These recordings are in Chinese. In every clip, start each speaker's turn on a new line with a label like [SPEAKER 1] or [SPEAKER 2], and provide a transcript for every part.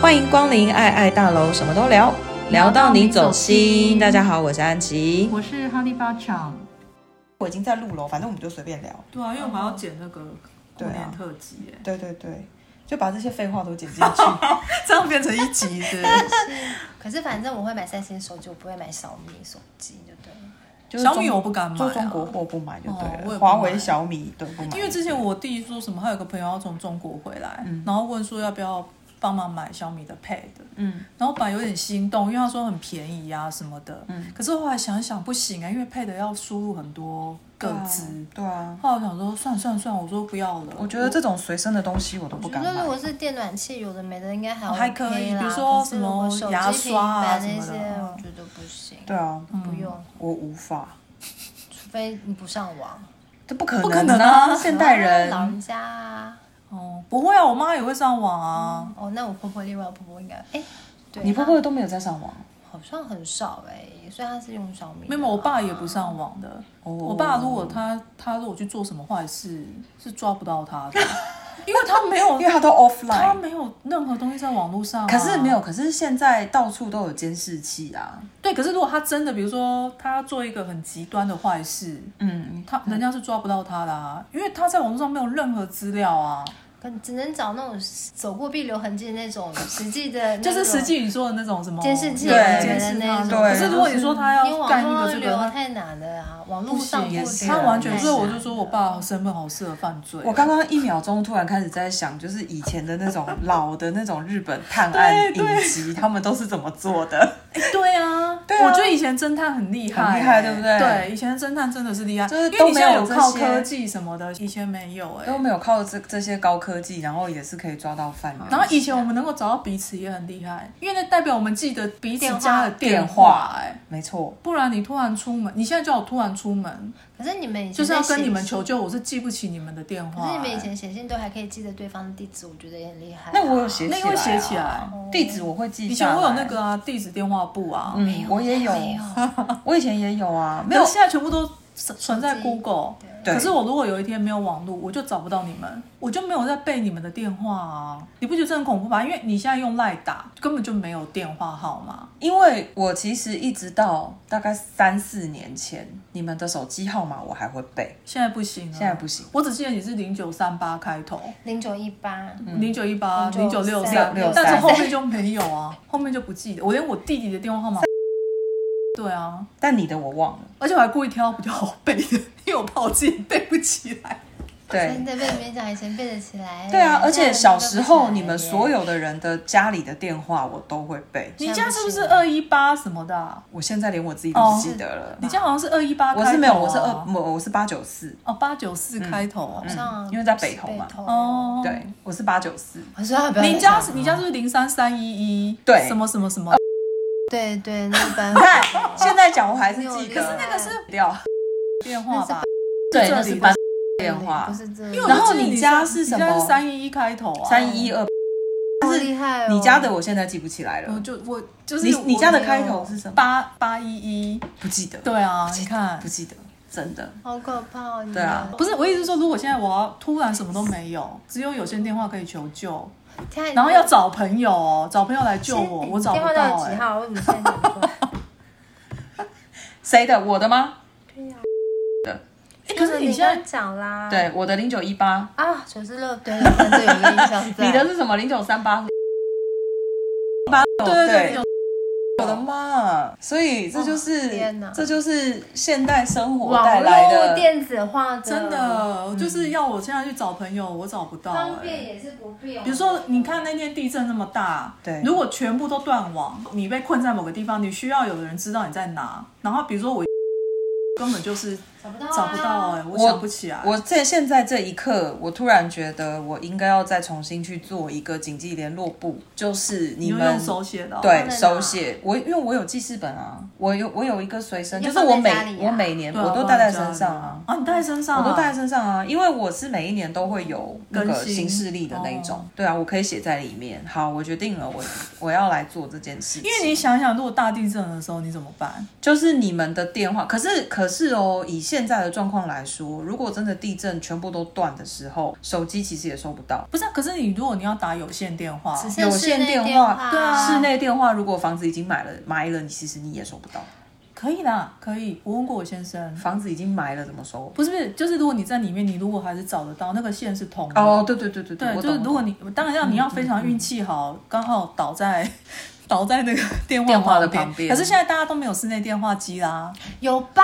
[SPEAKER 1] 欢迎光临爱爱大楼，什么都聊，聊到你走心。大家好，我是安琪。
[SPEAKER 2] 我是哈利巴掌。
[SPEAKER 3] 我已经在录了，反正我们就随便聊。
[SPEAKER 2] 对啊，因为我们还要剪那个过
[SPEAKER 3] 对啊
[SPEAKER 2] 年特辑耶，
[SPEAKER 3] 对对对，就把这些废话都剪进 去，
[SPEAKER 2] 这样变成一集是不是
[SPEAKER 4] 可是反正我会买三星手机，我不会买小米手机，对不对了？
[SPEAKER 3] 就是
[SPEAKER 2] 小米
[SPEAKER 3] 中
[SPEAKER 2] 我不敢买啊
[SPEAKER 3] 就中国货不买就对
[SPEAKER 2] 哦我
[SPEAKER 3] 了，
[SPEAKER 2] 也不买
[SPEAKER 3] 华为、小米都不买。
[SPEAKER 2] 因为之前我弟说什么，他有个朋友要从中国回来，然后问说要不要帮忙买小米的 Pad，
[SPEAKER 3] 嗯，
[SPEAKER 2] 然后本来有点心动，因为他说很便宜啊什么的，嗯，可是后来想一想不行啊，因为 Pad 要输入很多个字，
[SPEAKER 3] 对啊，
[SPEAKER 2] 后来我想说算算算，我说不要了，
[SPEAKER 3] 我觉得这种随身的东西我都不
[SPEAKER 4] 我
[SPEAKER 3] 敢
[SPEAKER 4] 觉得如
[SPEAKER 3] 买。
[SPEAKER 4] 果是电暖器，有的没的应该还 OK 啦、
[SPEAKER 2] 哦还可以比如说
[SPEAKER 4] 可是我
[SPEAKER 2] 什么
[SPEAKER 4] 手机
[SPEAKER 2] 牙刷啊
[SPEAKER 4] 平板
[SPEAKER 2] 什
[SPEAKER 4] 那些，
[SPEAKER 2] 么的
[SPEAKER 4] 我觉得不行，
[SPEAKER 3] 对啊，
[SPEAKER 4] 不用，
[SPEAKER 3] 我无法，
[SPEAKER 4] 除非你不上网。
[SPEAKER 3] 这不可能、啊，
[SPEAKER 2] 不可能啊
[SPEAKER 3] 现代人
[SPEAKER 4] 老人家啊，
[SPEAKER 2] 哦不会啊，我妈也会上网
[SPEAKER 3] 嗯
[SPEAKER 2] 啊，
[SPEAKER 4] 哦，那我婆婆另外我婆婆应该，哎，对，
[SPEAKER 3] 你会不会都没有在上网？
[SPEAKER 4] 她好像很少哎、所以她是用小米的吧。
[SPEAKER 2] 没有，我爸也不上网的。
[SPEAKER 3] 哦
[SPEAKER 2] 我爸如果他他如果去做什么坏事，是抓不到他的，因为他没 有
[SPEAKER 3] 因 为他都
[SPEAKER 2] 他
[SPEAKER 3] offline，
[SPEAKER 2] 没有任何东西在网络上啊、
[SPEAKER 3] 可是没有，可是现在到处都有监视器啊。
[SPEAKER 2] 对。可是如果他真的，比如说他做一个很极端的坏事，
[SPEAKER 3] 嗯，
[SPEAKER 2] 他人家是抓不到他的、啊，因为他在网络上没有任何资料啊，
[SPEAKER 4] 可能只能找那种走过必留痕迹的那种实际的那
[SPEAKER 2] 就
[SPEAKER 4] 种，
[SPEAKER 2] 是实际你说的那种什么
[SPEAKER 4] 嗯哦监视器啊
[SPEAKER 2] 对
[SPEAKER 3] 对
[SPEAKER 2] 监视他
[SPEAKER 4] 那
[SPEAKER 2] 的。
[SPEAKER 3] 种
[SPEAKER 2] 可是如果你说他
[SPEAKER 4] 因为
[SPEAKER 2] 要干一
[SPEAKER 4] 网
[SPEAKER 2] 个
[SPEAKER 4] 络
[SPEAKER 2] 这
[SPEAKER 4] 流
[SPEAKER 2] 个，
[SPEAKER 4] 太难了啊，网络
[SPEAKER 2] 不
[SPEAKER 4] 上
[SPEAKER 2] 行
[SPEAKER 4] 不
[SPEAKER 3] 也
[SPEAKER 4] 行
[SPEAKER 3] 是
[SPEAKER 2] 他完全，
[SPEAKER 4] 太
[SPEAKER 2] 所以我
[SPEAKER 4] 难
[SPEAKER 2] 就说我
[SPEAKER 4] 了
[SPEAKER 2] 爸身份好适合犯罪。
[SPEAKER 3] 我刚刚一秒钟突然开始在想，就是以前的那种老的那种日本探案
[SPEAKER 2] 对对
[SPEAKER 3] 影集，他们都是怎么做的？
[SPEAKER 2] 对啊，
[SPEAKER 3] 对啊
[SPEAKER 2] 我觉得以前侦探很厉害、
[SPEAKER 3] 很厉害对不对
[SPEAKER 2] 对，以前侦探真的是厉害，
[SPEAKER 3] 就是
[SPEAKER 2] 因为
[SPEAKER 3] 都
[SPEAKER 2] 你
[SPEAKER 3] 没
[SPEAKER 2] 现在
[SPEAKER 3] 有
[SPEAKER 2] 有
[SPEAKER 3] 这
[SPEAKER 2] 靠
[SPEAKER 3] 些
[SPEAKER 2] 科技什么的，以前没有 哎、
[SPEAKER 3] 都没有靠这这些高科技，然后也是可以抓到犯人。
[SPEAKER 2] 然后以前我们能够找到彼此也很厉害，因为那代表我们记得彼此家的
[SPEAKER 3] 电话
[SPEAKER 2] 电
[SPEAKER 3] 啊
[SPEAKER 2] 话哎、
[SPEAKER 3] 没错，
[SPEAKER 2] 不然你突然出门，你现在叫我突然出门，
[SPEAKER 4] 可是你们以前
[SPEAKER 2] 就是要
[SPEAKER 4] 在写
[SPEAKER 2] 跟你们
[SPEAKER 4] 信
[SPEAKER 2] 求救，我是记不起你们的电
[SPEAKER 4] 可
[SPEAKER 2] 话、
[SPEAKER 4] 是你们
[SPEAKER 2] 哎
[SPEAKER 4] 以前写信都还可以记得对方的地址，我觉得也很厉害啊、
[SPEAKER 3] 那我有写起来、
[SPEAKER 2] 那
[SPEAKER 3] 啊，
[SPEAKER 2] 个会写起来。
[SPEAKER 3] 地址我会记
[SPEAKER 2] 以
[SPEAKER 3] 下
[SPEAKER 2] 前
[SPEAKER 3] 来。
[SPEAKER 2] 我有那个啊，地址电话簿啊，
[SPEAKER 3] 嗯，我也有，
[SPEAKER 4] 没有
[SPEAKER 3] 我以前也有 啊，没
[SPEAKER 2] 没
[SPEAKER 3] 有
[SPEAKER 2] 有，现在全部都存存在
[SPEAKER 4] 手机
[SPEAKER 2] Google。
[SPEAKER 3] 对
[SPEAKER 2] 可是我如果有一天没有网络，我就找不到你们，我就没有在背你们的电话啊！你不觉得这很恐怖吗？因为你现在用赖打，根本就没有电话号码。
[SPEAKER 3] 因为我其实一直到大概三四年前，你们的手机号码我还会背，
[SPEAKER 2] 现在不行了，
[SPEAKER 3] 现在不行。
[SPEAKER 2] 我只记得你是零九三八开头，
[SPEAKER 4] 零九一八，
[SPEAKER 3] 嗯
[SPEAKER 2] 零九一八、零九六
[SPEAKER 4] 0963
[SPEAKER 2] 三
[SPEAKER 3] 63，
[SPEAKER 2] 但是后面就没有啊，后面就不记得。我连我弟弟的电话 号码，对啊，
[SPEAKER 3] 但你的我忘了。
[SPEAKER 2] 而且我还故意挑比较好背的， 因为我怕我自己背不起来。
[SPEAKER 3] 对
[SPEAKER 4] 真，的被你们讲以前背得起来。
[SPEAKER 3] 对啊，而且小时候你们所
[SPEAKER 4] 有
[SPEAKER 3] 有的人的家里的电话我都会背，
[SPEAKER 2] 你家是不是
[SPEAKER 4] 现在不行
[SPEAKER 2] 二一八什么的啊、
[SPEAKER 3] 我现在连我自己都不记得了。
[SPEAKER 2] 你家好像哦是二一八，啊
[SPEAKER 3] 我是没有，我是二，嗯我我是八九四，
[SPEAKER 2] 哦八九四开头哦。
[SPEAKER 4] 上，
[SPEAKER 3] 因为在北投嘛
[SPEAKER 4] 哦，
[SPEAKER 2] 哦，
[SPEAKER 3] 嗯对，，我是八九四，
[SPEAKER 4] 我说啊他不要再
[SPEAKER 2] 你家
[SPEAKER 4] 讲
[SPEAKER 2] 是
[SPEAKER 4] 了
[SPEAKER 2] 你家是不是零三三一一？
[SPEAKER 3] 对
[SPEAKER 2] 什么什么什么？
[SPEAKER 4] 对对，那一般
[SPEAKER 3] 看现在讲我还是记
[SPEAKER 4] 可
[SPEAKER 3] 得，
[SPEAKER 4] 是那个是
[SPEAKER 3] 掉，
[SPEAKER 2] 电话吧？
[SPEAKER 3] 对，
[SPEAKER 2] 这
[SPEAKER 3] 那
[SPEAKER 2] 里
[SPEAKER 3] 是
[SPEAKER 2] 的
[SPEAKER 3] 班电话
[SPEAKER 4] 不，是这，
[SPEAKER 2] 因为我
[SPEAKER 3] 然
[SPEAKER 2] 就
[SPEAKER 3] 后
[SPEAKER 2] 记得
[SPEAKER 3] 你
[SPEAKER 2] 你
[SPEAKER 3] 家是什么
[SPEAKER 2] 三一一开头啊？
[SPEAKER 3] 三一二，
[SPEAKER 4] 好厉害哦，
[SPEAKER 3] 你家的我现在记不起来
[SPEAKER 2] 我
[SPEAKER 3] 了，
[SPEAKER 2] 哦就我就是
[SPEAKER 3] 你
[SPEAKER 2] 我
[SPEAKER 3] 你家的开头是什么？
[SPEAKER 2] 八八一一，
[SPEAKER 3] 不记得，
[SPEAKER 2] 对啊，你看
[SPEAKER 3] 不。记得，真的。
[SPEAKER 4] 好可怕哦，你
[SPEAKER 3] 对啊
[SPEAKER 4] 们
[SPEAKER 2] 不是，我意思是说，如果现在我要突然什么都没有，只有有线电话可以求救，
[SPEAKER 4] 天啊
[SPEAKER 2] 然后要找朋友哦，找朋友来救我，我哎找不
[SPEAKER 4] 电话
[SPEAKER 2] 到
[SPEAKER 4] 到底
[SPEAKER 2] 哎、
[SPEAKER 4] 几号？为什么现在讲不出来？
[SPEAKER 3] 谁的？我的吗？
[SPEAKER 2] 哎 可是你
[SPEAKER 4] 你
[SPEAKER 2] 现在
[SPEAKER 4] 刚讲啦，
[SPEAKER 3] 对，我的零九一八，
[SPEAKER 4] 啊，九十六，对，对对，有个印 象在，
[SPEAKER 3] 你的是什么？零九三八，
[SPEAKER 2] 对对对，有
[SPEAKER 3] 我的妈！所以这就是
[SPEAKER 4] 哦天哪
[SPEAKER 3] 这就是现代生活带
[SPEAKER 4] 网
[SPEAKER 3] 来
[SPEAKER 4] 络
[SPEAKER 3] 的。
[SPEAKER 4] 电子化的
[SPEAKER 2] 真的就是要我现在去找朋友，我找不到、哎。
[SPEAKER 4] 方便也是不便。
[SPEAKER 2] 比如说，你看那天地震那么大，
[SPEAKER 3] 对
[SPEAKER 2] 如果全部都断网，你被困在某个地方，你需要有人知道你在哪。然后比如说我 根本就是
[SPEAKER 4] 找不到啊
[SPEAKER 2] 找不到、哎，我
[SPEAKER 3] 我
[SPEAKER 2] 想不起来。
[SPEAKER 3] 我这现在这一刻，我突然觉得我应该要再重新去做一个紧急联络簿，就是
[SPEAKER 2] 你
[SPEAKER 3] 你
[SPEAKER 2] 就
[SPEAKER 3] 们
[SPEAKER 2] 用手写的哦、
[SPEAKER 3] 对
[SPEAKER 4] 放在哪
[SPEAKER 3] 手写。我因为我有记事本啊，我有我有一个随身，
[SPEAKER 4] 你
[SPEAKER 3] 就
[SPEAKER 4] 就是
[SPEAKER 3] 我
[SPEAKER 4] 放
[SPEAKER 3] 每
[SPEAKER 4] 在家里啊
[SPEAKER 3] 我每年
[SPEAKER 2] 对啊
[SPEAKER 3] 我都带在身上啊。
[SPEAKER 2] 啊，你带在身上、啊，
[SPEAKER 3] 我都带在身上啊，因为我是每一年都会有那个
[SPEAKER 2] 更新
[SPEAKER 3] 行事历的那一种，
[SPEAKER 2] 哦
[SPEAKER 3] 对啊，我可以写在里面。好，我决定了，我我要来做这件事情。
[SPEAKER 2] 因为你想想，如果大地震的时候你怎么办？
[SPEAKER 3] 就是你们的电话，可是可是哦，以现在的状况来说，如果真的地震全部都断的时候，手机其实也收不到。
[SPEAKER 2] 不是、啊，可是你如果你要打有线电话，
[SPEAKER 4] 只
[SPEAKER 3] 有
[SPEAKER 4] 剩室
[SPEAKER 3] 线
[SPEAKER 4] 内
[SPEAKER 3] 电
[SPEAKER 4] 电话，
[SPEAKER 2] 对啊
[SPEAKER 3] 室内电话如果房子已经买了埋了，你其实你也收不到。
[SPEAKER 2] 可以啦，可以。我问过我先生，
[SPEAKER 3] 房子已经埋了怎么收？
[SPEAKER 2] 不是不是，就是如果你在里面，你如果还是找得到那个线是通的。
[SPEAKER 3] 哦，对对对对
[SPEAKER 2] 对，
[SPEAKER 3] 我
[SPEAKER 2] 就是
[SPEAKER 3] 懂。嗯
[SPEAKER 2] 如果你当然要你要非常运气好，刚好倒在倒在 那个电话
[SPEAKER 3] 电话的
[SPEAKER 2] 旁
[SPEAKER 3] 旁边
[SPEAKER 2] 可是现在大家都没有室内电话机啦，
[SPEAKER 4] 有吧？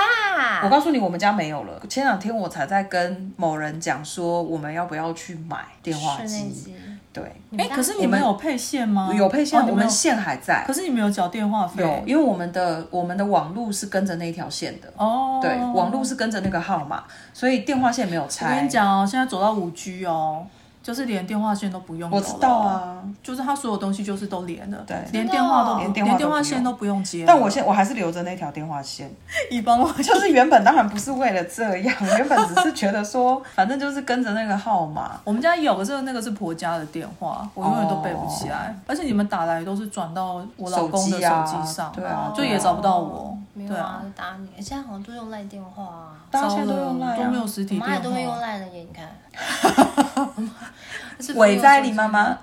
[SPEAKER 3] 我告诉你，我们家没有了。前两天我才在跟某人讲说，我们要不要去买电话
[SPEAKER 4] 室
[SPEAKER 3] 机？
[SPEAKER 4] 内机，
[SPEAKER 3] 对，
[SPEAKER 4] 你
[SPEAKER 2] 哎、
[SPEAKER 4] 们
[SPEAKER 2] 可是
[SPEAKER 4] 当
[SPEAKER 2] 你们有配线吗？
[SPEAKER 3] 有配线，
[SPEAKER 2] 哦、你
[SPEAKER 3] 我们
[SPEAKER 2] 们有，
[SPEAKER 3] 线还在
[SPEAKER 2] 可。是你们有缴电话费
[SPEAKER 3] 有，因为我们的我们的网路是跟着那一条线的，
[SPEAKER 2] 哦。
[SPEAKER 3] 对，网路是跟着那个号码，所以电话线没有
[SPEAKER 2] 我
[SPEAKER 3] 拆。
[SPEAKER 2] 跟你，讲哦，现在走到五 G 哦，就是连电话线都不用有
[SPEAKER 3] 我
[SPEAKER 2] 了哦
[SPEAKER 3] 知道，啊，
[SPEAKER 2] 就是它所有东西就是都连的，
[SPEAKER 3] 对哦
[SPEAKER 2] 连电话都
[SPEAKER 3] 连电话
[SPEAKER 2] 连
[SPEAKER 3] 都
[SPEAKER 2] 电话
[SPEAKER 3] 不
[SPEAKER 2] 线
[SPEAKER 3] 用
[SPEAKER 2] 都不用接了。
[SPEAKER 3] 但我现我还是留着那条电话线，
[SPEAKER 2] 以帮我
[SPEAKER 3] 就是原本当然不是为了这样，原本只是觉得说，反正就是跟着那个号 码。
[SPEAKER 2] 我们家有，可是那个是婆家的电话，我永远都背不起来。而且你们打来都是转到我老公的手
[SPEAKER 3] 哦手
[SPEAKER 2] 机
[SPEAKER 3] 机啊
[SPEAKER 2] 上，
[SPEAKER 3] 对啊
[SPEAKER 2] 就也找不到我。
[SPEAKER 4] 没有
[SPEAKER 2] 对
[SPEAKER 4] 啊
[SPEAKER 2] 啊，，
[SPEAKER 4] 打你，现在好像都用赖电话啊，
[SPEAKER 3] 大家现在都用 Line 啊
[SPEAKER 2] 都没有实
[SPEAKER 4] 我
[SPEAKER 2] 体电
[SPEAKER 4] 妈也都会用
[SPEAKER 2] 话。
[SPEAKER 4] 赖的耶，你 看。
[SPEAKER 3] 伟在你妈妈，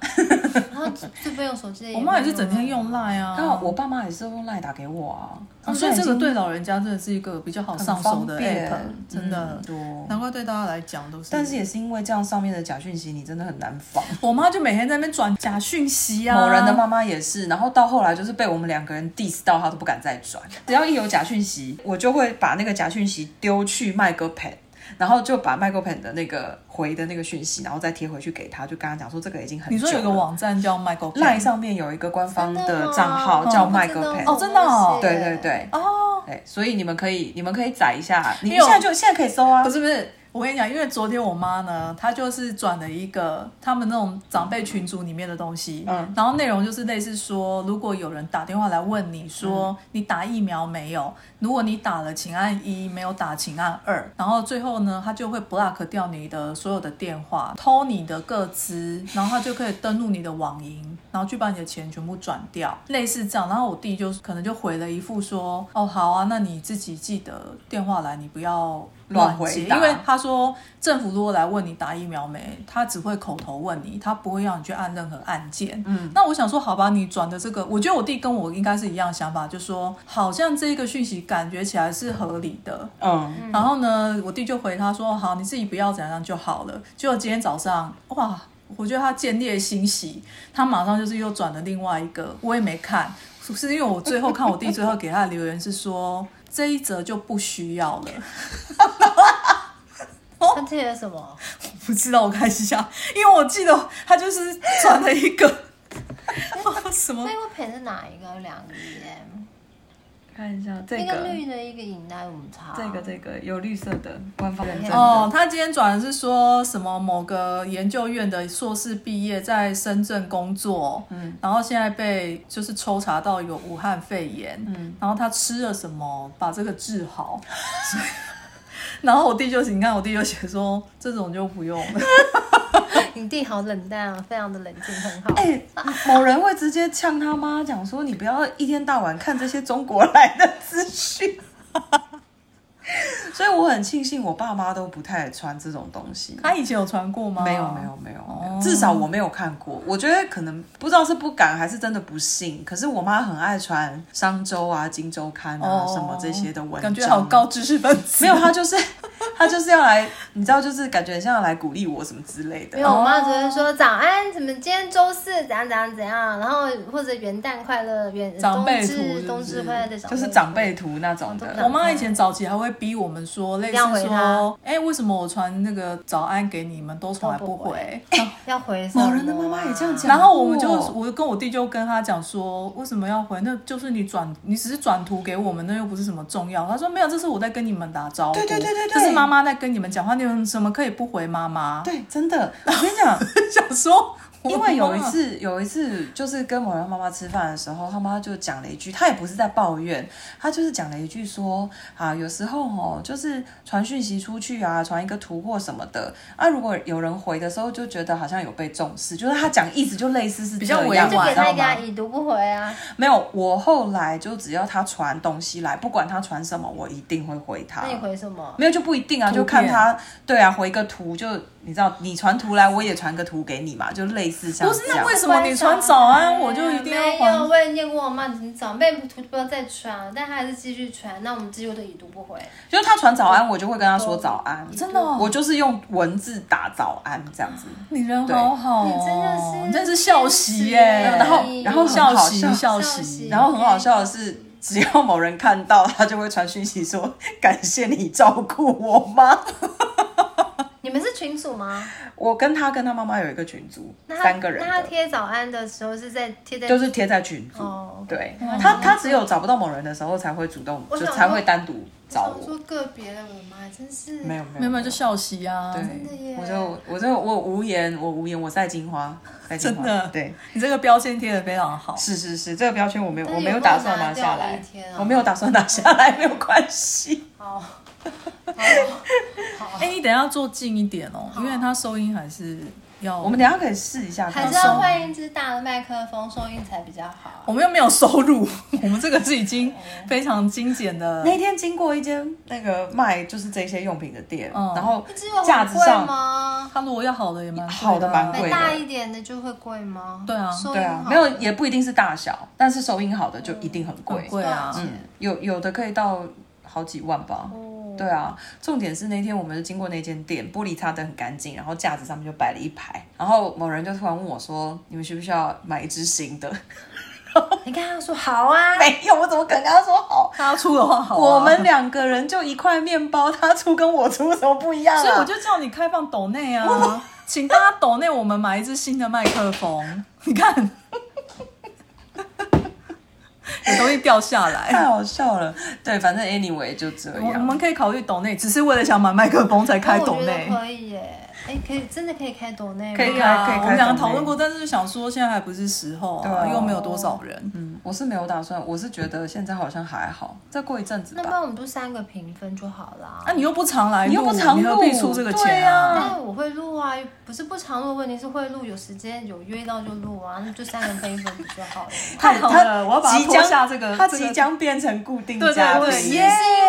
[SPEAKER 4] 然后最不用手机的也
[SPEAKER 2] 我
[SPEAKER 4] 会，
[SPEAKER 2] 妈也是整天用赖
[SPEAKER 3] 刚好
[SPEAKER 2] 啊。
[SPEAKER 3] 我爸妈也是用赖打给我啊，他
[SPEAKER 2] 啊
[SPEAKER 3] 们
[SPEAKER 2] 所以
[SPEAKER 3] 现在
[SPEAKER 2] 这
[SPEAKER 3] 已
[SPEAKER 2] 个
[SPEAKER 3] 经
[SPEAKER 2] 对老人家真的是一个比较好
[SPEAKER 3] 很
[SPEAKER 2] 上手
[SPEAKER 3] 方
[SPEAKER 2] 的
[SPEAKER 3] 便
[SPEAKER 2] app，真的
[SPEAKER 3] 嗯。多。
[SPEAKER 2] 难怪对大家来讲都是，
[SPEAKER 3] 但是也是因为这样，上面的假讯息你真的很难防。
[SPEAKER 2] 我妈就每天在那边转假讯息啊，
[SPEAKER 3] 某人的妈妈也是，然后到后来就是被我们两个人 diss 到，她都不敢再转。只要一有假讯息，我就会把那个假讯息丢去麦哥 p 然后就把麦哥 p 的那个回的那个讯息，然后再贴回去给他，就跟他讲说这个已经很久
[SPEAKER 2] 你说有个
[SPEAKER 3] 了
[SPEAKER 2] 网站叫 Michael Pan
[SPEAKER 3] 赖上面有一个官方的账号
[SPEAKER 2] 真的吗
[SPEAKER 3] 叫
[SPEAKER 2] 哦
[SPEAKER 3] 麦哥 p
[SPEAKER 2] 哦真的哦
[SPEAKER 3] 对对，对，
[SPEAKER 2] 哦，
[SPEAKER 3] 对，所以你们可以你们可以载一下，你
[SPEAKER 2] 因为我
[SPEAKER 3] 现在就现在可以搜啊
[SPEAKER 2] 不。是不是，我跟你讲，因为昨天我妈呢，她就是转了一个他们那种长辈群组里面的东西，
[SPEAKER 3] 嗯
[SPEAKER 2] 然后内容就是类似说，如果有人打电话来问你说、
[SPEAKER 3] 嗯
[SPEAKER 2] 你打疫苗没有，如果你打了请按一，没有打请按二，然后最后呢，他就会 block 掉你的所有的电话，偷你的个资，然后他就可以登录你的网银，然后去把你的钱全部转掉，类似这样。然后我弟就可能就回了一副说，哦好啊，那你自己记得电话来，你不要。
[SPEAKER 3] 乱回
[SPEAKER 2] 接，
[SPEAKER 3] 答
[SPEAKER 2] 因为他说政府如果来问你打疫苗没，他只会口头问你，他不会让你去按任何按键。嗯，那我想说，好吧，你转的这个，我觉得我弟跟我应该是一样想法，就说好像这个讯息感觉起来是合理的。
[SPEAKER 3] 嗯，
[SPEAKER 2] 然后呢，我弟就回他说：“好，你自己不要怎样就好了。”结果今天早上，哇，我觉得他见猎心喜，他马上就是又转了另外一个，我也没看，是因为我最后看我弟最后给他的留言是说这一则就不需要了。
[SPEAKER 4] 他
[SPEAKER 3] 哦
[SPEAKER 4] 贴了什么？
[SPEAKER 2] 不知道，我看一下，因为我记得他就是转了一 个什么
[SPEAKER 4] 那，个陪是哪一个？有两个耶，
[SPEAKER 3] 看一下这
[SPEAKER 4] 那个绿的一个饮料午茶，
[SPEAKER 3] 这个有绿色的官方的
[SPEAKER 4] 对
[SPEAKER 2] 哦，他今天转的是说什么某个研究院的硕士毕业，在深圳工作，嗯，然后现在被就是抽查到有武汉肺炎，嗯，然后他吃了什么把这个治好，所以 然后我弟就你看我弟就写说这种就不用 了，
[SPEAKER 4] 你弟好冷淡啊，非常的冷静，很好。
[SPEAKER 3] 哎、某人会直接呛他妈，讲说你不要一天到晚看这些中国来的资讯。所以我很庆幸我爸妈都不太穿这种东西。哦
[SPEAKER 2] 他以前有传过吗？
[SPEAKER 3] 没有没有没有，没有至少我没有看过。我觉得可能不知道是不敢还是真的不信。可是我妈很爱传《商周》啊、《金周刊啊》
[SPEAKER 2] 哦，
[SPEAKER 3] 什么这些的文章，
[SPEAKER 2] 感觉好
[SPEAKER 3] 哦
[SPEAKER 2] 高知识分子，
[SPEAKER 3] 没有，他就是 他就是要来，你知道，就是感觉很像要来鼓励我什么之类的
[SPEAKER 4] 没。有，我妈昨天说早安，什么今天周四怎样怎样怎样，然后或者元旦快乐，元
[SPEAKER 2] 长辈
[SPEAKER 4] 冬
[SPEAKER 2] 图是不
[SPEAKER 4] 至
[SPEAKER 2] 是
[SPEAKER 4] 冬至快乐的
[SPEAKER 3] 就是长辈图那种
[SPEAKER 4] 哦
[SPEAKER 3] 的
[SPEAKER 4] 都，
[SPEAKER 2] 我妈以前早期还会逼我们说，类似
[SPEAKER 4] 要回她
[SPEAKER 2] 说，哎、为什么我传那个早安给你们都从来不
[SPEAKER 4] 都不
[SPEAKER 2] 回？
[SPEAKER 4] 要回什么啊
[SPEAKER 3] 某人的妈妈也这样讲，
[SPEAKER 2] 然后我 们就，我跟我弟就跟他讲说，为什么要回？那就是你转，你只是转图给我们，那又不是什么重要。他说没有，这是我在跟你们打招呼，
[SPEAKER 3] 对对对对对
[SPEAKER 2] 这是妈妈在跟你们讲话，你们怎么可以不回妈妈？
[SPEAKER 3] 对，真的，我跟你讲，
[SPEAKER 2] 想说
[SPEAKER 3] 因为有一次，有一次就是跟某人妈妈吃饭的时候，他妈就讲了一句，他也不是在抱怨，他就是讲了一句说啊，有时候哦，就是传讯息出去啊，传一个图或什么的啊，如果有人回的时候，就觉得好像有被重视，就是他讲意思就类似是
[SPEAKER 2] 比较
[SPEAKER 3] 这
[SPEAKER 2] 委
[SPEAKER 3] 样
[SPEAKER 2] 婉
[SPEAKER 4] 就
[SPEAKER 3] 你
[SPEAKER 4] 给
[SPEAKER 3] 知
[SPEAKER 4] 他
[SPEAKER 3] 道
[SPEAKER 4] 一个啊
[SPEAKER 3] 吗？
[SPEAKER 4] 已读不回啊，
[SPEAKER 3] 没有，我后来就只要他传东西来，不管他传什么，我一定会回他。
[SPEAKER 4] 那你回什么？
[SPEAKER 3] 没有就不一定啊，
[SPEAKER 2] 图
[SPEAKER 3] 就看
[SPEAKER 2] 片
[SPEAKER 3] 他对啊，回个图就你知道，你传图来，我也传个图给你嘛，就类似像
[SPEAKER 2] 不
[SPEAKER 3] 这
[SPEAKER 2] 是，
[SPEAKER 3] 样。
[SPEAKER 2] 那为什么你传早安我就一定要
[SPEAKER 4] 没有，
[SPEAKER 2] 还？
[SPEAKER 4] 我也念过我妈，你长辈图不要再传，但她还是继续传，那我们几乎都已读不回。
[SPEAKER 3] 就是他传早安，我就会跟他说早安。
[SPEAKER 2] 真的哦
[SPEAKER 3] 我就是用文字打早安这样子，
[SPEAKER 2] 你人好好
[SPEAKER 4] 你真的是
[SPEAKER 2] 哦，你真是孝
[SPEAKER 4] 天
[SPEAKER 2] 媳
[SPEAKER 4] 使
[SPEAKER 2] 耶！
[SPEAKER 4] 哎
[SPEAKER 2] 然后
[SPEAKER 3] 然后很
[SPEAKER 2] 孝
[SPEAKER 3] 好
[SPEAKER 2] 媳
[SPEAKER 3] 笑
[SPEAKER 2] 孝
[SPEAKER 4] 孝
[SPEAKER 2] 媳
[SPEAKER 4] 媳，
[SPEAKER 3] 然后很好笑的是，只要某人看到，他就会传讯息说感谢你照顾我 妈。
[SPEAKER 4] 你们是群主吗？
[SPEAKER 3] 我跟他跟他妈妈有一个群组，
[SPEAKER 4] 那她
[SPEAKER 3] 三个人
[SPEAKER 4] 那他
[SPEAKER 3] 的，
[SPEAKER 4] 贴早安的时候是在贴在
[SPEAKER 3] 就是贴在群组。
[SPEAKER 4] 哦，
[SPEAKER 3] 对
[SPEAKER 4] 嗯
[SPEAKER 3] 他，他只有找不到某人的时候才会主动，
[SPEAKER 4] 我
[SPEAKER 3] 就
[SPEAKER 4] 想
[SPEAKER 3] 才
[SPEAKER 4] 说
[SPEAKER 3] 会单独找
[SPEAKER 4] 我想
[SPEAKER 3] 我。
[SPEAKER 4] 说个别的，我妈真是
[SPEAKER 3] 没有没有
[SPEAKER 2] 没有没有就孝媳啊！
[SPEAKER 4] 真的
[SPEAKER 3] 对
[SPEAKER 4] 耶，
[SPEAKER 3] 我就我就我无言，我无言，我赛金花，赛金花，
[SPEAKER 2] 真的
[SPEAKER 3] 对，
[SPEAKER 2] 你这个标签贴的非常好。
[SPEAKER 3] 是是是，这个标签我没有，
[SPEAKER 4] 但
[SPEAKER 3] 我
[SPEAKER 4] 是
[SPEAKER 3] 没
[SPEAKER 4] 有
[SPEAKER 3] 有
[SPEAKER 4] 没有
[SPEAKER 3] 打算
[SPEAKER 4] 拿
[SPEAKER 3] 拿
[SPEAKER 4] 掉
[SPEAKER 3] 下
[SPEAKER 4] 了
[SPEAKER 3] 来
[SPEAKER 4] 一天，啊
[SPEAKER 3] 我没有打算拿下来，没有关系。
[SPEAKER 4] 好，
[SPEAKER 2] 哎，你等一下坐近一点哦，因为它收音还是要
[SPEAKER 3] 我们等一下可以试一下，
[SPEAKER 4] 还
[SPEAKER 3] 看
[SPEAKER 4] 是要换一支大的麦克风，收音才比较好。
[SPEAKER 2] 我们又没有收入， 我们这个是已经非常精简的。
[SPEAKER 3] 那天经过一间那个卖就是这些用品的店，
[SPEAKER 2] 嗯
[SPEAKER 3] 然后
[SPEAKER 4] 这个
[SPEAKER 3] 架
[SPEAKER 4] 很
[SPEAKER 3] 子
[SPEAKER 4] 贵
[SPEAKER 3] 上
[SPEAKER 4] 吗？
[SPEAKER 2] 它如果要好的也蛮贵
[SPEAKER 3] 好的蛮贵
[SPEAKER 2] 啊
[SPEAKER 4] 买
[SPEAKER 3] 的
[SPEAKER 4] 大一点的就会贵吗？
[SPEAKER 2] 对啊
[SPEAKER 4] 收音
[SPEAKER 3] 对啊
[SPEAKER 4] 好，
[SPEAKER 3] 没有也不一定是大小，但是收音好的就一定很贵
[SPEAKER 2] 很，贵啊！
[SPEAKER 4] 对
[SPEAKER 2] 嗯
[SPEAKER 3] 嗯，有有的可以到好几万吧。
[SPEAKER 4] 哦
[SPEAKER 3] 对啊，重点是那天我们就经过那间店，玻璃擦得很干净，然后架子上面就摆了一排，然后某人就突然问我说：“你们需不需要买一支新的，
[SPEAKER 4] 你看他说好啊？”
[SPEAKER 2] 哎
[SPEAKER 3] 没有，我怎么可能跟他说好？
[SPEAKER 2] 他出的话好啊，
[SPEAKER 3] 我们两个人就一块面包，他出跟我出有什么不一样、啊？
[SPEAKER 2] 所以我就叫你开放抖内啊，请大家抖内，我们买一支新的麦克风。 你看，有东西掉下
[SPEAKER 3] 太
[SPEAKER 2] 来。
[SPEAKER 3] 好笑了。对，反正 anyway 就这
[SPEAKER 2] 我我
[SPEAKER 3] 样。
[SPEAKER 2] 们可以考虑抖内，只是为了想买麦克风才开
[SPEAKER 4] 那
[SPEAKER 2] 抖
[SPEAKER 4] 我觉得
[SPEAKER 2] 内。
[SPEAKER 4] 可以耶，哎，可以真的可以开抖内吗，
[SPEAKER 3] 可以
[SPEAKER 2] 对
[SPEAKER 3] 开
[SPEAKER 2] 啊
[SPEAKER 3] 可以开
[SPEAKER 2] 我们两个
[SPEAKER 3] 抖内
[SPEAKER 2] 讨论过，但是就想说现在还不是时候
[SPEAKER 3] 对
[SPEAKER 2] 啊，
[SPEAKER 3] 啊
[SPEAKER 2] 又没有多少人。
[SPEAKER 3] 嗯我是没有打算，我是觉得现在好像还好，再过一阵子
[SPEAKER 4] 那不
[SPEAKER 3] 吧。
[SPEAKER 4] 然我们就三个平分就好啦
[SPEAKER 2] 那。啊你又不常来录，
[SPEAKER 3] 你又不常录
[SPEAKER 2] 你何必出这个
[SPEAKER 3] 对
[SPEAKER 2] 钱
[SPEAKER 3] 啊
[SPEAKER 4] 但我会录啊，不是不常录，问题是会录，有时间有约到就录啊，那就三人分一分不就 好了吗？
[SPEAKER 2] 太好
[SPEAKER 3] 他
[SPEAKER 2] 呃了，我要把它
[SPEAKER 3] 即
[SPEAKER 2] 拖
[SPEAKER 3] 将
[SPEAKER 2] 下这个，
[SPEAKER 3] 他
[SPEAKER 2] 这个
[SPEAKER 3] 即将变成固定
[SPEAKER 2] 对对
[SPEAKER 3] 嘉宾，
[SPEAKER 2] 对
[SPEAKER 4] 是
[SPEAKER 2] 耶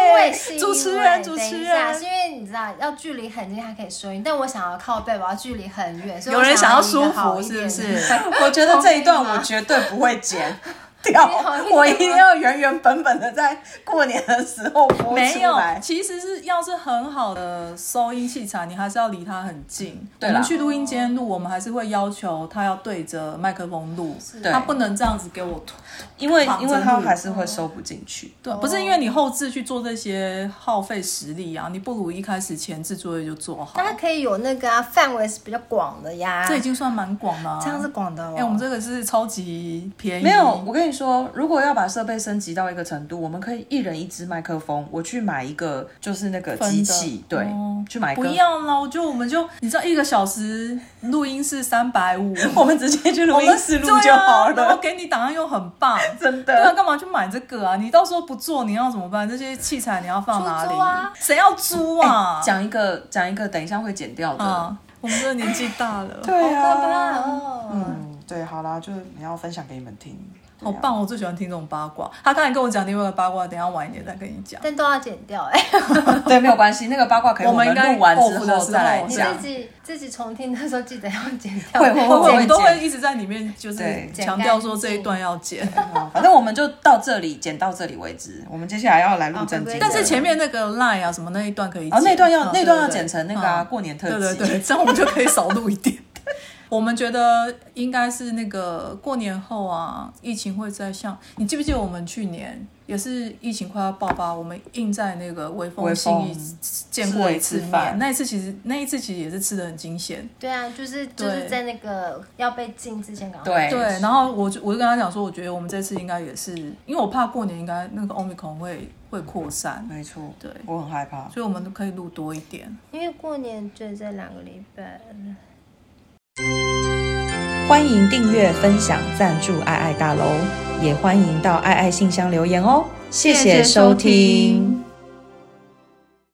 [SPEAKER 4] 因为是因为
[SPEAKER 2] 主持人主持人
[SPEAKER 4] 等一下是因为你知道要距离很近才可以收音，但我想要靠背，我要距离很远，所以
[SPEAKER 2] 有
[SPEAKER 4] 我
[SPEAKER 2] 人想
[SPEAKER 4] 想
[SPEAKER 2] 要
[SPEAKER 4] 离得
[SPEAKER 2] 舒
[SPEAKER 4] 好
[SPEAKER 2] 服，
[SPEAKER 4] 一
[SPEAKER 2] 是不
[SPEAKER 4] 点
[SPEAKER 2] 是？
[SPEAKER 3] 我觉得这一段
[SPEAKER 4] 同意吗
[SPEAKER 3] 我绝对不会剪掉
[SPEAKER 4] 你好意思，吗
[SPEAKER 3] 我一定要原原本本的在过年的时候播
[SPEAKER 2] 没
[SPEAKER 3] 出
[SPEAKER 2] 有
[SPEAKER 3] 来，。
[SPEAKER 2] 其实是要是很好的收音器材，你还是要离它很近。
[SPEAKER 3] 对
[SPEAKER 2] 我
[SPEAKER 3] 啦
[SPEAKER 2] 们去录音间录，我们还是会要求它要对着麦克风录，
[SPEAKER 3] 对
[SPEAKER 2] 它不能这样子给我推。
[SPEAKER 3] 因为
[SPEAKER 2] 躺着
[SPEAKER 3] 因为它还是会收不进去。
[SPEAKER 2] 对，不是因为你后置去做这些耗费实力啊，你不如一开始前置作业就做好
[SPEAKER 4] 那。它可以有那个啊，范围是比较广的呀。
[SPEAKER 2] 这已经算蛮广了、啊。
[SPEAKER 4] 这样是广的哦。
[SPEAKER 2] 哎、我们这个是超级便宜，
[SPEAKER 3] 没有，我跟你说，如果要把设备升级到一个程度，我们可以一人一支麦克风，我去买一个就是那个
[SPEAKER 2] 分的
[SPEAKER 3] 机器，对，
[SPEAKER 2] 哦
[SPEAKER 3] 去买一
[SPEAKER 2] 不
[SPEAKER 3] 个。
[SPEAKER 2] 要啦，我就我们就你知道一个小时录音是三百五，
[SPEAKER 3] 我们直接去录音室录
[SPEAKER 2] 对
[SPEAKER 3] 就好
[SPEAKER 2] 啊然后
[SPEAKER 3] 了，
[SPEAKER 2] 给你档案又很棒，
[SPEAKER 3] 真
[SPEAKER 2] 对啊，
[SPEAKER 3] 的。
[SPEAKER 2] 干嘛去买这个啊？你到时候不做，你要怎么办？这些器材你要放哪里？
[SPEAKER 4] 出租啊
[SPEAKER 2] 谁要租啊？
[SPEAKER 3] 哎讲一个，讲一个，等一下会剪掉的
[SPEAKER 2] 啊。，我们这个年纪大了，
[SPEAKER 3] 对
[SPEAKER 4] 好可怕
[SPEAKER 3] 啊，
[SPEAKER 4] 哦。
[SPEAKER 3] 嗯，对，好啦，就是你要分享给你们听，对
[SPEAKER 2] 好
[SPEAKER 3] 啊
[SPEAKER 2] 棒！我最喜欢听这种八卦。他刚才跟我讲另外一个八卦，等一下晚一点再跟你讲。
[SPEAKER 4] 但都要剪掉哎、
[SPEAKER 3] 对，没有关系，那个八卦可以
[SPEAKER 2] 我
[SPEAKER 3] 我
[SPEAKER 2] 们
[SPEAKER 3] 们
[SPEAKER 2] 应该
[SPEAKER 3] 录完之
[SPEAKER 2] off 的时
[SPEAKER 3] 后
[SPEAKER 2] 候
[SPEAKER 3] 再来
[SPEAKER 4] 你
[SPEAKER 3] 讲
[SPEAKER 4] 自。己自己重听的时候记得要剪掉。
[SPEAKER 3] 啊 会会
[SPEAKER 2] 我
[SPEAKER 3] 会
[SPEAKER 2] 们都
[SPEAKER 3] 剪
[SPEAKER 2] 会一直在里面，就是
[SPEAKER 3] 对
[SPEAKER 2] 强调说这一段要剪。
[SPEAKER 3] 好反正我们就到这里，剪到这里为止。我们接下来要来录正经的，
[SPEAKER 2] 但是前面那个 line 啊什么那一段可以剪，
[SPEAKER 3] 哦那段要
[SPEAKER 2] 嗯
[SPEAKER 3] 那段要
[SPEAKER 2] 对对对
[SPEAKER 3] 剪成那个啊
[SPEAKER 2] 嗯
[SPEAKER 3] 过年特
[SPEAKER 2] 对对
[SPEAKER 3] 辑，
[SPEAKER 2] 对， 这样我们就可以少录一点。 我们觉得应该是那个过年后啊，疫情会再像你记不记得我们去年也是疫情快要爆发，我们硬在那个微风
[SPEAKER 3] 微
[SPEAKER 2] 信
[SPEAKER 3] 风
[SPEAKER 2] 义见过一
[SPEAKER 3] 吃
[SPEAKER 2] 次
[SPEAKER 3] 了一次饭
[SPEAKER 2] 面，那一次其实那一次其实也是吃的很惊险，
[SPEAKER 4] 对啊，就是就是在那个要被禁之前赶快。
[SPEAKER 3] 对
[SPEAKER 2] 对，然后我就我就跟他讲说，我觉得我们这次应该也是，因为我怕过年应该那个 omicron 会会扩散，
[SPEAKER 3] 没错，
[SPEAKER 2] 对
[SPEAKER 3] 我很害怕。
[SPEAKER 2] 所以我们可以录多一点。
[SPEAKER 4] 因为过年就这两个礼拜。
[SPEAKER 1] 欢迎订阅、分享、赞助爱爱大楼，也欢迎到爱爱信箱留言哦。谢
[SPEAKER 4] 谢谢
[SPEAKER 1] 收
[SPEAKER 4] 收听
[SPEAKER 1] 听